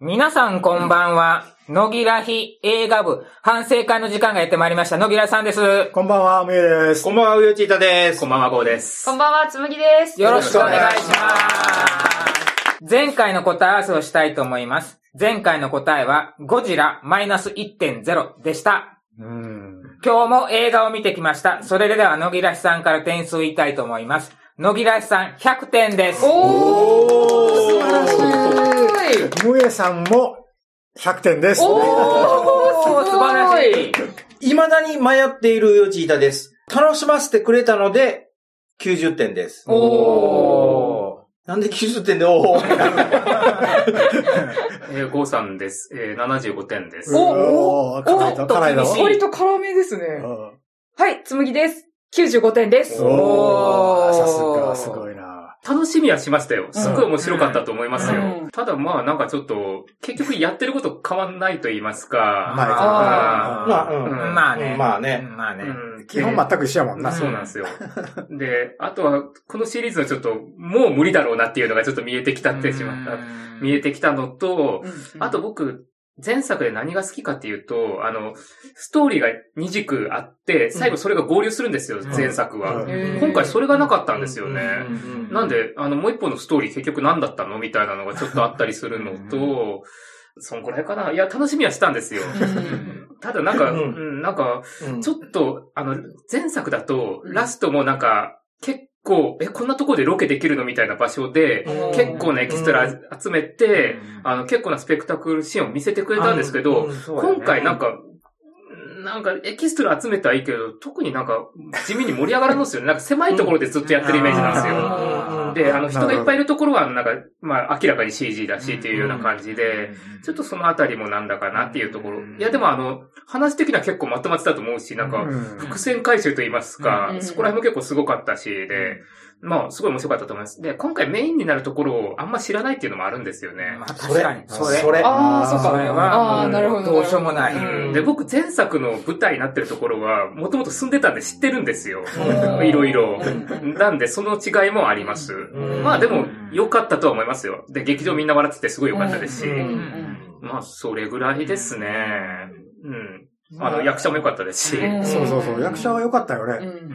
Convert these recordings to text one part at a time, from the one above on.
皆さんこんばんは。野木らひ映画部反省会の時間がやってまいりました。野木らさんです。よこんばんは、むゆです。こんばんは、ウヨチータです。こんばんは、ゴーです。こんばんは、つむぎです。ろしくお願いします。前回の答え合わせをしたいと思います。前回の答えは、ゴジラマイナス1.0でした。うん。今日も映画を見てきました。それでは、野木らしさんから点数言いたいと思います。野木らしさん、100点です。お素ー晴らししいい。むゆさんも100点です。おー素晴らしい。未だに迷っているウヨチータです。楽しませてくれたので、90点です。おなんで90点で、おーえー、ゴーさんです。えー、75点です。おおお辛いぞ、辛いぞ。割と辛めですね。はい、つむぎです。95点ですお。おーさすが、すごいな。楽しみはしましたよ。すごい面白かったと思いますよ。うんただまあなんかちょっと、結局やってること変わんないと言いますまか。あ、まあ、まあ、うん。うんまあね。まあねうんまあね。うん基本全く一緒やもんなまあ。そうなんですよ。で、あとは、このシリーズのちょっと、もう無理だろうなっていうのがちょっと見えてきたってしまった。た見えてきたのと、あとうん、僕、前作で何が好きかっていうと、あの、ストーリーが二軸あって、最後それが合流するんですよ、ん前作は。うんへー今回それがなかったんですよね。うんなんで、あの、もう一本のストーリー結局何だったのみたいなのがちょっとあったりするのと、そんくらいかな。いや、楽しみはしたんですよ。 ただなんか、ううんん、なんか、うんちょっと、あの、前作だと、ラストもなんか、結構、え、こんなとこでロケできるのみたいな場所で、うん結構なエキストラ集めて、うんあの、結構なスペクタクルシーンを見せてくれたんですけど、うんそうだね今回なんか、なんか、エキストラ集めたはいいけど、特になんか、地味に盛り上がらんのですよね。なんか狭いところでずっとやってるイメージなんですよ。あーで、あの、人がいっぱいいるるところは、なんか、まあ、明らかに CG だし、っていうような感じで、、ちょっとそのあたりもなんだかなっていうところ。いや、でもあの、話的には結構まとまってたと思うし、なんうか、ん。伏線回収と言いますかう、んそこら辺も結構すごかったし、で、まあ、すごい面白かったと思います。で、今回メインになるところをあんま知らないっていうのもあるんですよねま。あそ確れかに。そそれ。れ。それあー、そうか。は、あーなるほどどうしようもない。うんで、僕、前作の舞台になってるところは、もともと住んでたんで知ってるんですよ。うんいろいろう。なんで、その違いもあります。うんまあでも、良かったとは思いますよ。で、劇場みんな笑っててすごい良かったですし。うんうんまあ、それぐらいですね。うん。あの、うん役者も良かったですし。うんそうそうそう、役者は良かったようね。ん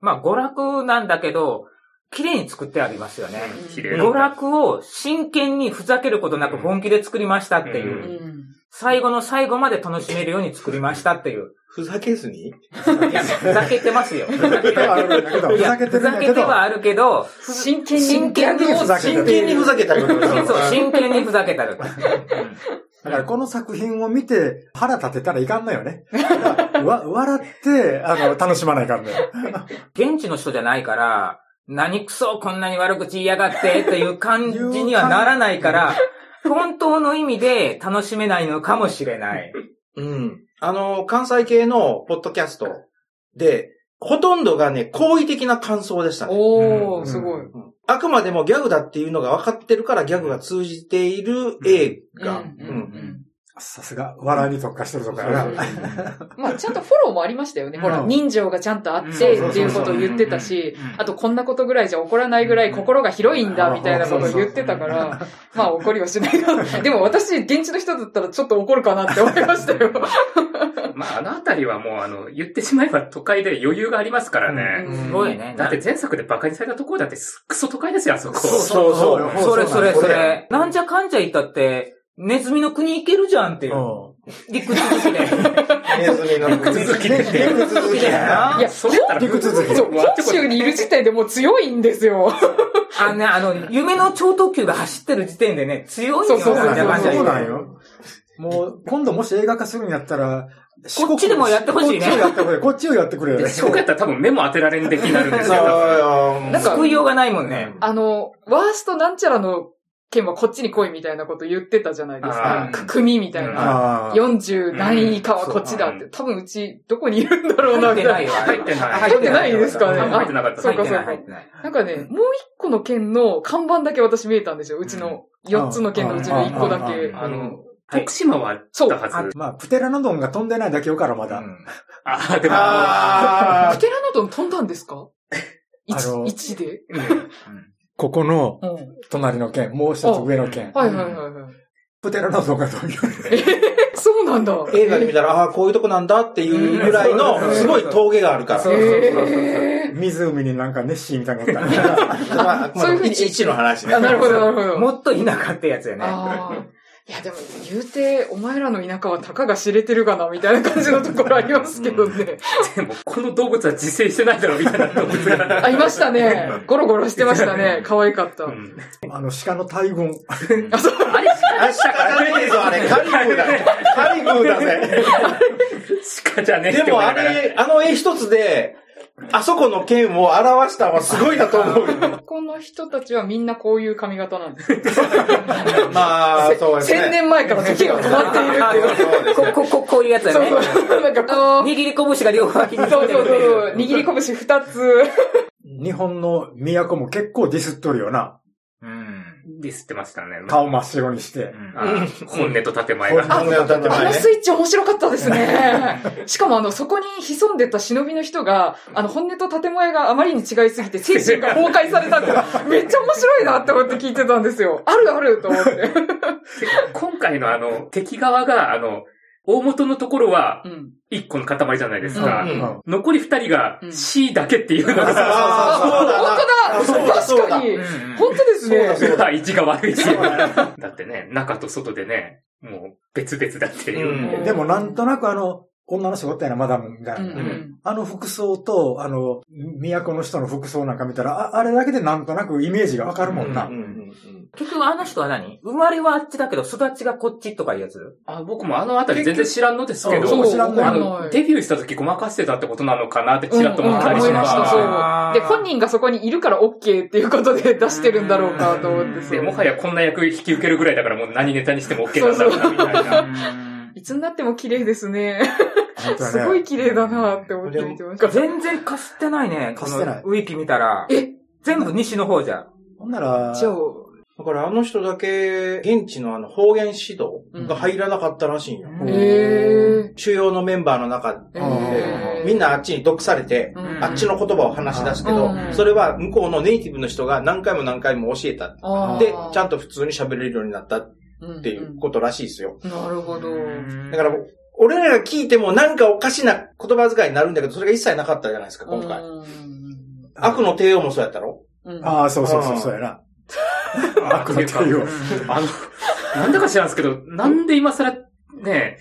まあ、娯楽なんだけど、綺麗に作ってありますよね。綺麗娯楽を真剣にふざけることなく本気で作りましたっていうう。ん最後の最後まで楽しめるように作りましたっていう。ふざけずにいや、ふざけてますよ。ふざけてはあるんだけど、ふざけてるんだけど、はあるけど、真剣に。真剣にふざけてる真剣にふざけたりとかそう、真剣にふざけたる。だからこの作品を見て腹立てたらいかんのよね。 わ、笑って、あの、楽しまないかんのよ。現地の人じゃないから、何くそこんなに悪口言いやがってっていう感じにはならないから、 本当の意味で楽しめないのかもしれない。うん。あの、関西系のポッドキャストで、ほとんどがね、好意的な感想でしたね。おー、すごい。うんあくまでもギャグだっていうのが分かってるからギャグが通じている映うん画。うんさすが、笑いに特化してるとかやな。まあ、ちゃんとフォローもありましたよね。ほら、うん人情がちゃんとあって、っていうことを言ってたし、あと、こんなことぐらいじゃ怒らないぐらい心が広いんだ、みたいなことを言ってたから、まあ、怒りはしないな。でも、私、現地の人だったらちょっと怒るかなって思いましたよ。まあ、あのあたりはもう、あの、言ってしまえば都会で余裕がありますからね。すごいね。だって前作で馬鹿にされたところだってすっくそ都会ですよ、あそこ。そうそうそうよ。それそれこそれ。なんじゃかんじゃ言ったって、ネズミの国行けるじゃんっていう。う理屈好きで。ネズミの続きでネズミの続きだな。いや、そうやったら、理屈続きそう、本州にいる時点でもう強いんですよ。 あのね、あの、夢の超特急が走ってる時点でね、強いよ、そうそうそうなんじゃかんじゃそ言ううなんよ。もう、今度もし映画化するんやったら、こっちでもやってほしいねこっちをやってくれ。こっちをやってくれ よね。そこやったら多分目も当てられんできになるんです そうよ。よ。なんか救いようがないもんね。あの、ワーストなんちゃらの件はこっちに来いみたいなこと言ってたじゃないですあかー。く組みたいな。ああ。 40何位以下はこっちだっうんそて。多分うち、どこにいるんだろうな、入っみてたないいよな。。入ってない。入ってないですかね。入ってなかっあた。そう入っかてなそうい、か入っ。てない。なんかね、もう一個の県の看板だけ私見えたんですよ。うちの4つの県のうちの1個だけ。あうんの、徳島はあったはず。まあ、プテラノドンが飛んでないだけよから、まだ。ああ、でプも、あテラノドン飛んだんですかあ ?1 の、一でうんここのうん。隣の県、もう一つ上の県。はいはいはいはい。プテラノゾンがどういう。そうなんだ。映画で見たら、ああ、こういうとこなんだっていうぐらいの、すごい峠があるから。そうそうそうそうえ湖になんかネッシーみたいなのがあった。だからあくまでそういうふうに一々の話ー あ、ね。なるほど、なるほど。もっと田舎ってやつやね。ああ。いや、でも、言うて、お前らの田舎はたかが知れてるがな、みたいな感じのところありますけどね。でも、この動物は自生してないだろう、みたいな動物が。あ、いましたね。ゴロゴロしてましたね。可愛かった。うんあの、鹿の大群。あ、そう、あれあ、下からねえぞ、あれ。カリブーだ。カリブーだぜ。鹿じゃねえ でって思もいあながら。れ、あの絵一つで、あそこの剣を表したのはすごいなと思うよ。この人たちはみんなこういう髪型なんですよ。 まあ、そうですね。 1000年前から時が止まっているっていう。そうですねこ、 こ、こ、こういうやつやね。そうそう。なんかこう、握り拳が両脇にそ入うってそるうっていうそう。握り拳二つ。日本の都も結構ディスっとるよな。うん。ディスってましたね。顔真っ白にして。あ本音と建前が。あ本音を建あ前のねスイッチ面白かったですね。 しかもあの、そこに潜んでた忍びの人が、あの、本音と建前があまりに違いすぎて精神が崩壊されたって、めっちゃ面白いなって思って聞いてたんですよ。あるあると思って。今回のあの、敵側が、あの、大元のところはう、ん。一個の塊じゃないですうかん。うん残り二人がうん C だけっていうのがさ、あ、あ本そう当だだそう確だかにう。んうん本当ですそうだね。そう だ。位置が悪いし。だってね、中と外でね、もう別々だっていう。うんでもなんとなくあの、女の人おったよな、マダムが。うんうんあの服装と、あの、都の人の服装なんか見たら、ああれだけでなんとなくイメージがわかるもんな。うんうんうん結局あの人は何生まれはあっちだけど育ちがこっちとかいうやつあ僕もあのあたり全然知らんのですけうんどそう、知らんのよわあかんの、デないビューした時ごまかしてたってことなのかなってちらっと思ったりうんしうん思いまましたしそうた。で、本人がそこにいるから OK っていうことで出してるんだろうかと思って、そうで、もはやこんな役引き受けるぐらいだからもう何ネタにしても OK なんだろうな、みたいな。いつになっても綺麗ですね。本当やすごい綺麗だなって思って見てました。全然かすってないね。かすってないこのウィキ見たら。え全部西の方じゃ。ほんなら、じゃあ、だからあの人だけ、現地のあの方言指導が入らなかったらしいんよ。うんえ主要のメンバーの中えーで、みんなあっちに毒されて、うんあっちの言葉を話し出すけどう、んそれは向こうのネイティブの人が何回も何回も教えた。で、ちゃんと普通に喋れるようになったっんていうことらしいですよ。と。なるほど。だから、俺らが聞いてもなんかおかしな言葉遣いになるんだけど、それが一切なかったじゃないですか、今回。うん悪の帝王もそうやったろうんああ、そうそうそうう、んそうやな。あ悪の帝王。あの、なんだか知らんすけど、なんで今更、ね、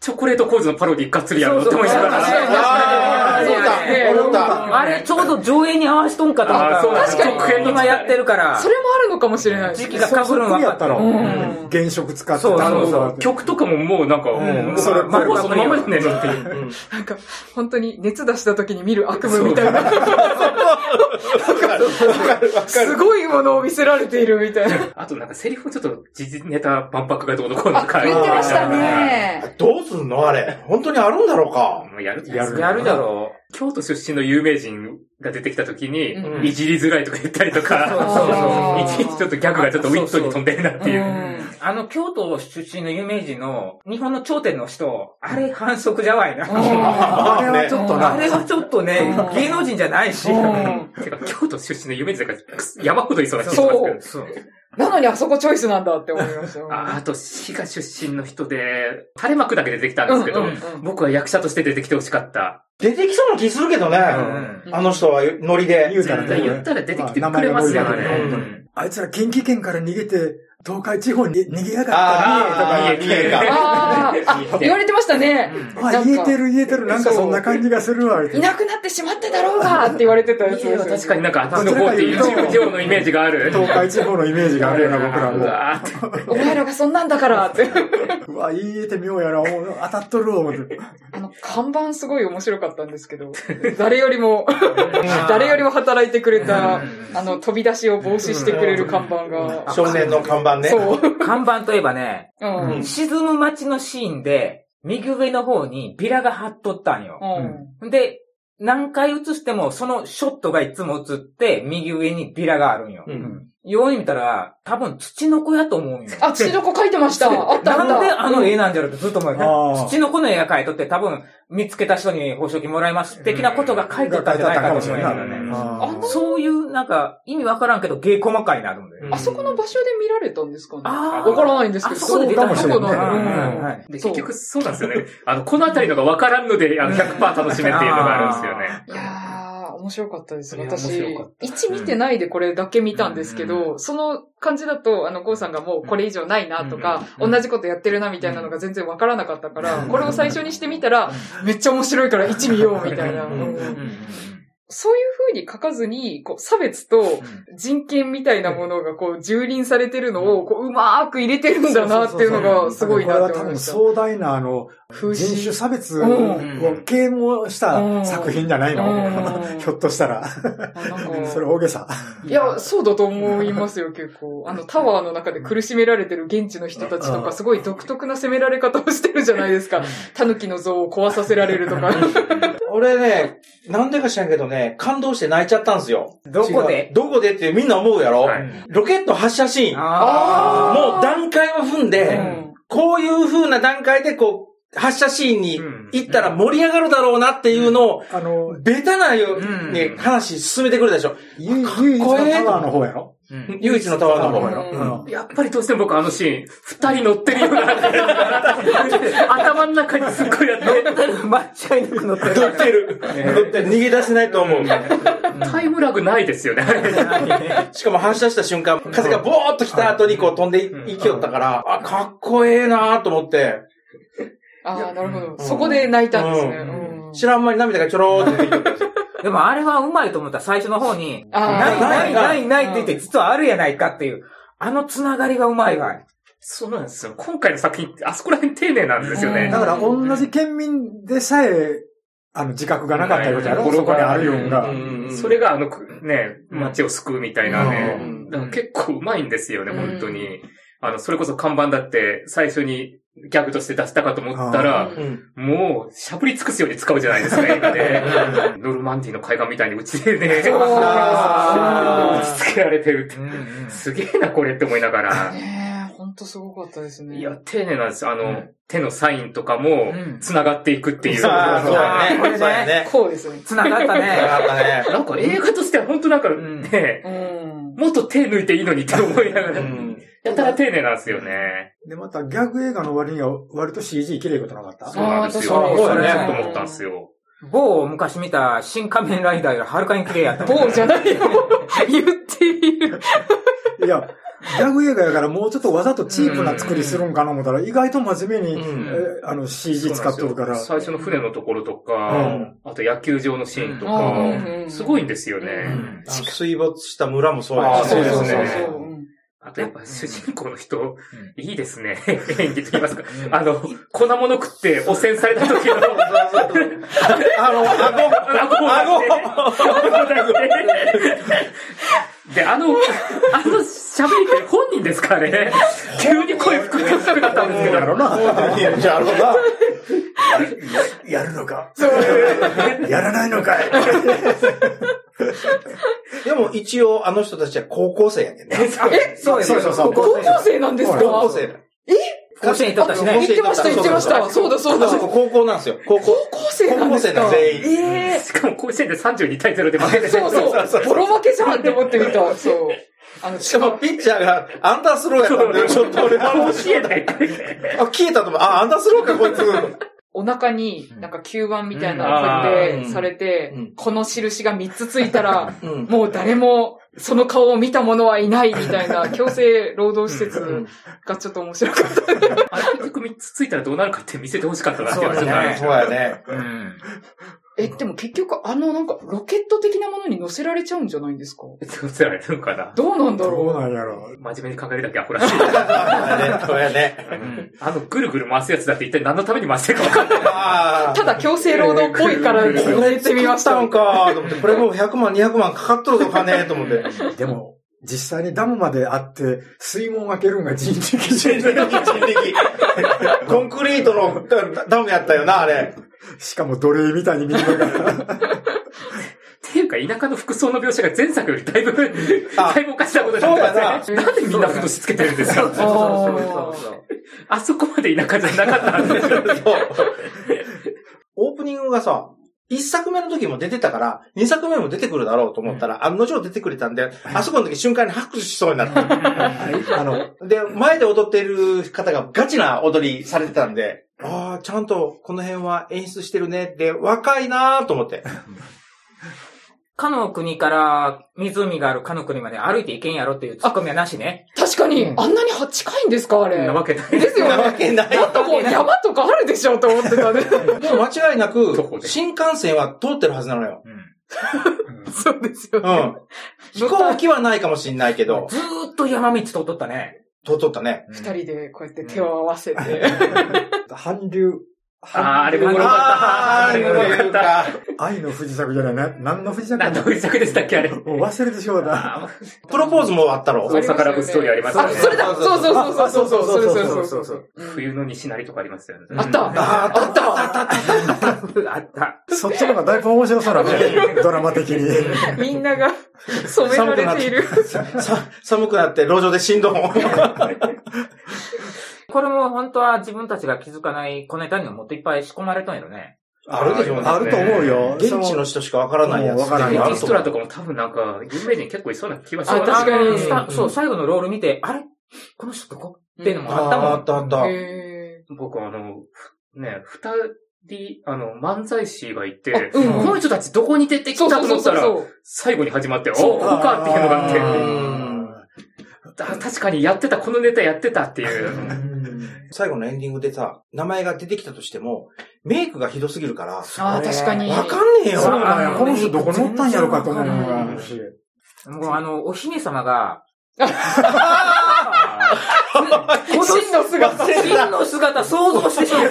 チョコレート工事のパロディがっつりやろうって思いながそうそうら。ああーそうだね俺だあれ、ちょうど上映に合わしとんかと思ったあーそうだ確かに続編の今やってるからそ。れもあるのかもしれない。時期が被るのそっくりやったろ。うんうん原色使ってそうあそうその、曲とかももうなんか、もううんもうそれ、ほぼそのままじゃねえのっていう。うん。なんか、本当に熱出した時に見る悪夢みたいな。すごいものを見せられているみたいな。 あとなんかセリフをちょっと時事ネタ万博がどうのこうのとか。言ってましたね。どうすんのあれ。本当にあるんだろうか。もうやるやるやるだろ京都出身の有名人が出てきた時に、うんいじりづらいとか言ったりとか、そうそうあーいちいちちょっとギャグがちょっとウィットに飛んでるなっていうう。んう。あの、京都出身の有名人の、日本の頂点の人、あれ反則じゃわいな。あれはちょっとあな。れはちょっとねう、ん芸能人じゃないし。うんてか、京都出身の有名人だから、くす山ほどいそうな気がしますそけうど。。そう。なのにあそこチョイスなんだって思いましたよ。ああと、滋賀出身の人で、垂れ幕だけ出てきたんですけど、うんうんうん僕は役者として出てきてほしかった。出てきそうな気するけどうね。んあの人はノリ言で。うたら絶対言ったら出てきてくれますよまあ名前が多いだけねど。うんうんあいつら近畿圏から逃げて、東海地方に逃げやがったあねあ、見えか。あーあ言われてましたね。とか。あ、言えてる言えてる。なんかそんな感じがするわ。いなくなってしまっただろうがって言われてたやつですよね確かになんか、あっちの方っていう中地方のイメージがある。東海地方のイメージがあるような僕ら うも。わーお前らがそんなんだからって。うわ、言えてみようやな。もう当たっとるわ、思って。あの、看板すごい面白かったんですけど、誰よりも、誰よりも働いてくれた、あの、飛び出しを防止してくれる看板が、少年の看板ね。そう。看板といえばね、うん。うん。沈む街のシーンで、右上の方にビラが貼っとったんよ。で、何回映しても、そのショットがいつも映って、右上にビラがあるんよ。うんように見たら、多分土の子やと思うんよ。あ、土の子書いてました。あったあった。なんであの絵なんじゃろうってずっと思うあよ。ー土の子の絵が描いとって多分見つけた人に報奨金もらいます的なことが書いとったんじゃないかと思うなよいね。うんあんなそういうなんか意味わからんけど芸細かいなと思うんだよね。あそこの場所で見られたんですかねわあーからないんですけあど。そこで出たそうかもしれんね過去のうんうんで、そう結局そうなんですよね。 あの、このあたりのが分からんので、あの、100%楽しめっていうのがあるんですよね。いやー、面白かったです。いや私面白かっ、 1見てないでこれだけ見たんですけど、その感じだと、あの、ゴーさんがもうこれ以上ないなとか、うん同じことやってるなみたいなのが全然わからなかったから、これを最初にしてみたら、めっちゃ面白いから1見ようみたいな。うんうんうんうんそういう風に書かずに、こう、差別と人権みたいなものがこう、蹂躙されてるのを、こう、うまーく入れてるんだなっていうのがすごいなこっれはて多思いま分した。壮大なあの、風刺人種差別うんを啓蒙した作品じゃないうんうんの ひょっとしたら。あなんかそれ大げさ。いや、そうだと思いますよ、結構。 あの、タワーの中で苦しめられてる現地の人たちとか、すごい独特な攻められ方をしてるじゃないですか。狸の像を壊させられるとか。俺ね、なんでか知らんけどね、感動して泣いちゃったんですよ。どこ違でうどこでってみんな思うやろ、はいロケット発射シーン。もあーう段階を踏んうで、んこういう風な段階でこう、発射シーンに行ったら盛り上がるだろうなっていうのを、あの、ベタなよ、うんね、話進めてくるでしょ。ゆ唯一のタワーの方やろーうん唯一のタワーの方やろうん やっぱりどうしても僕あのシーン、二人乗ってるような、 頭の中にすっごいあって、抹茶犬の手乗がってる。乗ってる。逃げ出せないと思う。タイムラグないですよね。しかも反射した瞬間、風がボーっと来た後にこう飛んでいいきよったから、あ、かっこええなと思って、 ああ、なるほど。そこで泣いたんですね。うん知らん間に涙がちょろーって出てきたんですよ。でもあれはうまいと思った最初の方に、あーないないないないって言っうてん実はあるやないかっていう、あのつながりがうまいわ。そうなんですよ。今回の作品、あそこら辺丁寧なんですようんねだ。から同じ県民でさえ、あの、自覚がなかったことやろそこにあるようが。それがあの、くね、街を救うみたいなねう。んだから結構うまいんですよね、うん本当に。あの、それこそ看板だって最初にギャグとして出したかと思ったら、うんもう、しゃぶり尽くすように使うじゃないですか、映画で。ノルマンディの海岸みたいにうちでね、そう打ち付けられてるってう。んうんすげえな、これって思いながら。ねえ、ほんとすごかったですね。いや、丁寧なんですよ。あの、うん手のサインとかもうん、繋がっていくっていう。そうだそうだね。これねそうだね。こうですね。つながったよね。かったね。なんか映画としては本当なんか、んね、うん。もっと手抜いていいのにって思いながうら、んやたら丁寧なんですよね。で、またギャグ映画の割には割と CG 綺麗ことなかったそうなんですよ。あーそ確かにれちょっと思ったんですよ。某昔見た新仮面ライダーよりはるかに綺麗やったもんね。棒じゃないよ。言っている。いや、ギャグ映画やからもうちょっとわざとチープな作りするんかな思ったら、意外と真面目に、うんえーあの CG 使っとるから。最初の船のところとか、うんあと野球場のシーンとうんか、うんうんすごいんですよね。うんあの水没した村もそうやあし。そうですねううんあとやっぱ主人公の人、いいですね。 演技と言いますか。あの、粉物食って汚染された時の、あの、あ顎を顎を出して。 で、あの、あの喋りって本人ですかね急に声膨らしたかったんですけど。やろな。ごいやじゃあ、あのな。やるのか。やらないのかい。でも一応あの人たちは高校生やねんね。えそうやそうそうそう高高校校生生なんですか高校生だ。甲子園行っとったしね言。ってました、言ってました。そうだ、そうだ。あそこ高高校なんですよ。高校。校生なんですか高校生だ全員ええしかも甲子園で32対0で負けてそうそう。ボロ負けじゃんって思ってみ た。そう。あの、しかもピッチャーがアンダースローやったんで、ちょっと俺は甲面子園白い。であ、消えたと思う。あ、アンダースローか、こいつ。お腹になんか吸盤みたいなのをうん設あ定ーされてうん、この印が3つついたら、うん。 もう誰もその顔を見た者はいないみたい な強制労働施設がちょっと面白かった。あれ結局3つついたらどうなるかって見せてほしかったなってそうだねそうやね。うん え、でも結局あのなんかロケット的なものに乗せられちゃうんじゃないんですかどうせられるのかなどうなんだどうなろんやろう。真面目に考えるだけアホらしい。そうやね。うんあの、ぐるぐる回すやつだって一体何のために回してるか分かん ない。あう ただ強制労働っぽいからこ入れれてみました。んか、と思って、これもう100万、200万かかっとるぞ、金、と思って。でも、実際にダムまであって、水門開けるんが人力じゃ人 力、人力。コンクリートのダムやったよな、あれ。しかも奴隷みたいにみんなが。っていうか、田舎の服装の描写が前作よりだいぶ、あだいぶおかしなことになってますね。なんでみんな服装つけてるんですかそうそうそうそう。あそこまで田舎じゃなかったんですよ。オープニングがさ、一作目の時も出てたから、二作目も出てくるだろうと思ったら、案の定出てくれたんで、あそこの時瞬間に拍手しそうになった。あの、で、前で踊っている方がガチな踊りされてたんで、ああ、ちゃんとこの辺は演出してるねで若いなーと思って。かの国から湖があるかの国まで歩いていけんやろっていうツッコミはなしね。確かに、あんなには近いんですかあそんれな。わけない。ですよなわね。けない。もっとこう、山とかあるでしょと思って たね。でも間違いなどこく、で新幹線は通ってるはずなのよ。うんそうですよう。ん。飛行機はないかもしんないけど、ずーっと山道通っとったね。通っとったね。二人でこうやって手を合わせて。 韓流。ああ、あれもおもろかった。ああー、れもおもろかいうった。か。愛の不時着じゃないな。何の不時着だ何もの不作でしたっけあれ。う忘れてしまうな。あプロポーズもあったろ大阪ラブストーリーありますあ、それだそうそうそうそうそう。それそれそれそれ。そう。ー冬の西成とかありますよね。あったあーあったあったあったあった。そっちの方がだいぶ面白そうだ ね。ドラマ的に。みんなが染められている。さ寒くなって路上で振動音。これも本当は自分たちが気づかない小ネタにももっといっぱい仕込まれたんやろね。あるでしょうねあると思うよ。現地の人しかわからないやつ。もうわからんエよあキるスとト思ラうとかも多分なんか、有名人結構いそうな気がしあます確かにあのスタうんそう、最後のロール見て、あれこの人どこっていうのもあったもん。あったあった。へ僕あの、ふね、二人、あの、漫才師がいて、あうんこの人たちどこに出ーてきそたうとそうそう思ったそうら、最後に始まって、おお、ここかっていうのがあってあーあ、確かにやってた、このネタやってたっていう。最後のエンディングでさ、名前が出てきたとしても、メイクがひどすぎるから、ああ、確かに。わかんねえーよ。そうなんや。あこの人どこにおったんやろかと思う全の然がわかあんなるし。もうあの、お姫様が、 真の姿。真の姿想像してしまう。い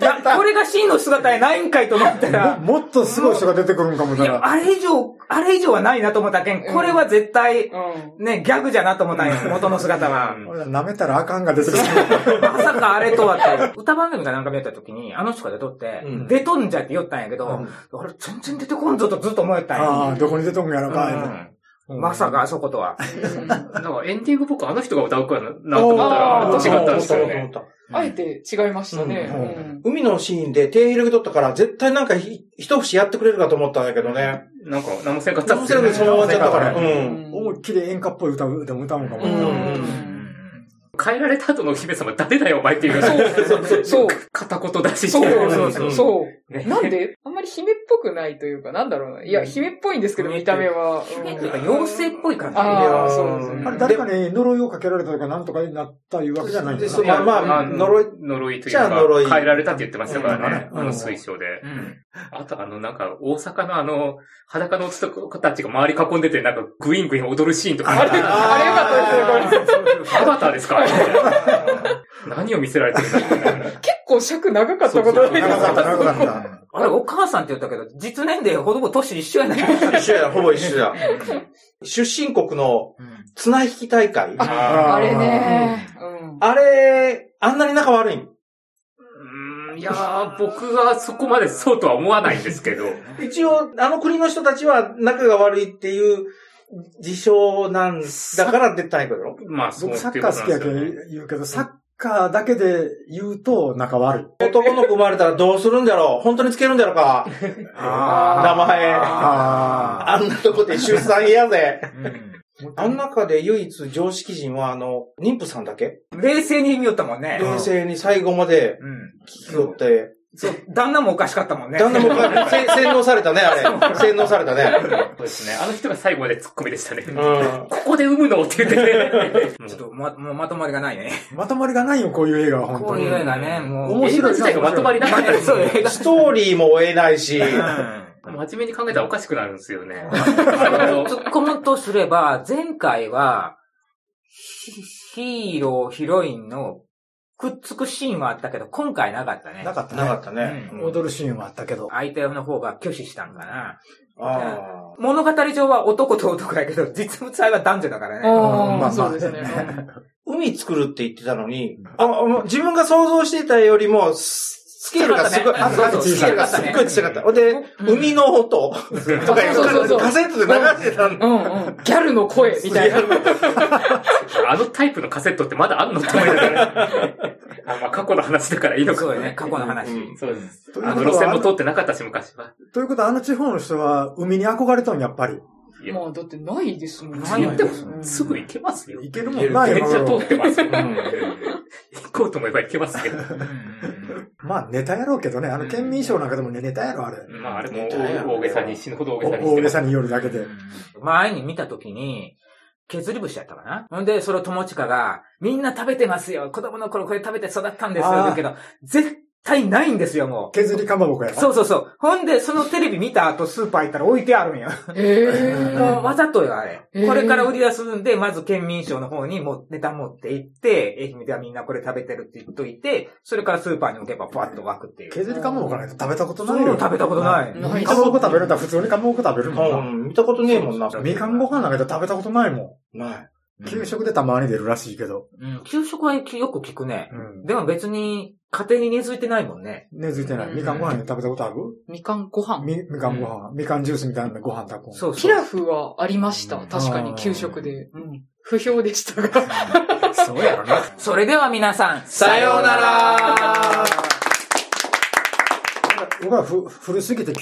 や、これが真の姿やないんかいと思ったもら、もっとすごい人が出てくるんかもいだや、な。あれ以上、あれ以上はないなと思ったけん、これは絶対、うん。ね、ギャグじゃなと思ったんよ、元の姿は。俺ら舐めたらあかんが出てくる。まさかあれとはって、歌番組がなんか見えた時に、あの人が出とって、うん出とんじゃって言ったんやけど、あれ全然出てこんぞとずっと思えたんあや。あ、どこに出てくんやろか。うんまさかあそことは。なんかエンディング僕あの人が歌うからなと思ったら、あれおとー違ったんですよ思ね。た思ったあえて違いましたね。ううんん海のシーンで手広げとったから、絶対なんかひ一節やってくれるかと思ったんだけどね。なんか、何もせんかった全っすよ然ね。そのまま終わっちゃったから。ううん。思いっきり演歌っぽい歌うでも歌うんかも。うん変えられた後のお姫様誰だよ、お前っていう。そう。そう。片言だししてそる。うそうそう。ねなんで、あんまり姫っぽくないというか、なんだろうな。いや、姫っぽいんですけど、見た目は。なんうんか妖精っぽい感じ。あーそうですうんねあれ誰かに呪いをかけられたとかなんとかになったいうわけじゃないんだそうな。まあまあまあ、呪い。呪いというじゃあか呪い、変えられたって言ってましたからね。うんあの水晶でう。んあとあの、なんか、大阪のあの、裸の男たちが周り囲んでて、なんか、グイングイン踊るシーンとか。あれ、あれよかったですね、これ。アバターです か何を見せられてるんだろうね結構尺長かったことないです長かっかた、長かった。あれ、お母さんって言ったけど、実年齢ほぼ年一緒やない一緒や、ほぼ一緒や。出身国の綱引き大会。ああれね。うん。あれ、あんなに仲悪いんーうーんいやー、僕はそこまでそうとは思わないんですけど。一応、あの国の人たちは仲が悪いっていう事象なんだから出たんやけど。まあ、そう僕サっていッうカことーな好きんやけですよどね。言うけど、サッカーだけで言うと仲悪い。 男の子生まれたらどうするんだろう本当につけるんだろうか名前。ああんなとこで出産嫌ぜ。 あのな、中で唯一常識人はあの、妊婦さんだけ冷静に見よったもんね。冷静に最後までうん聞き取って。そう、旦那もおかしかったもんね。旦那も かせ洗脳されたね、あれ。洗脳されたね。そうですね。あの人が最後までツッコミでしたね。うこん。こで産むのって言ってね。ちょっとま、もうまとまりがないね。まとまりがないよ、こういう映画は、本こ当うに。いう映画ね、もう。面映画白い自体がまとまりなかったですそう、映画。ストーリーも追えないし。真面目に考えたらおかしくなるんですよね。突っ込むとすれば、前回は、ヒヒーロー、ヒロインのくっつくシーンはあったけど、今回なかったねな。かったなかね。ったね。う踊るシーンはあったけど。相手の方が拒否したんかな。あ物語上は男と男やけど、実物愛は男女だからね。まあまあああ、そうですね。うんー海作るって言ってたのに、ああの自分が想像してたよりも、すスケールがすごい、あそうそうスケールがすっごい小さかった。ほんで、うん海の音とかいうそうそうそうカセットで流してたんだ。うんうん。ギャルの声みたいな。あのタイプのカセットってまだあんのって思いながら。あまあ、過去の話だからいいのかそもうよね、過去の話。うんそうです。というあこのと路線はも通ってなかったし、昔は。ということは、あの地方の人は、海に憧れたん、やっぱり。いやまあ、だってないですもんね。ないですうも、んすぐ行けますよ。行けるもいけんるな電い車通よ。ってますよ。ん行こうと思えば行けますけど。 まあ、ネタやろうけどね。あの、県民賞なんかでもね、ネタやろ、あれ。まあ、あれも大げさに、死ぬほど大げさにお大げさに。に夜だけで。前に見たときに、削り節やったかなほんで、それを友近が、みんな食べてますよ。子供の頃これ食べて育ったんですよ。あーだけど、絶対ないんですよ、もう。削りかまぼこや。そうそうそう。ほんで、そのテレビ見た後、スーパー行ったら置いてあるんや。えもうーわざとよ、あれ。えーこれから売り出すんで、まず県民省の方にもネタ持って行って、愛媛ではみんなこれ食べてるって言っといて、それからスーパーに置けばパッと湧くっていう。削りかまぼこなんか食べたことそなういいうよ。の食べたことない。なかまぼこ食べるんだ、普通にかまぼこ食べるもんうん見たことねえもんな。な。みかんご飯なんか食べたことないもない。ん。給食でたまに出るらしいけど。うん、給食はよく聞くねう。ん。でも別に家庭に根付いてないもんね。根付いてなうい。んみかんご飯で食べたことあるみかんご飯。み、みかんご飯。みかんジュースみたいなのでご飯炊くもん。そうそう。ピラフはありました。うん確かに、給食で。うん不評でしたが。そうやろな。それでは皆さん、さようなら僕はふ古すぎて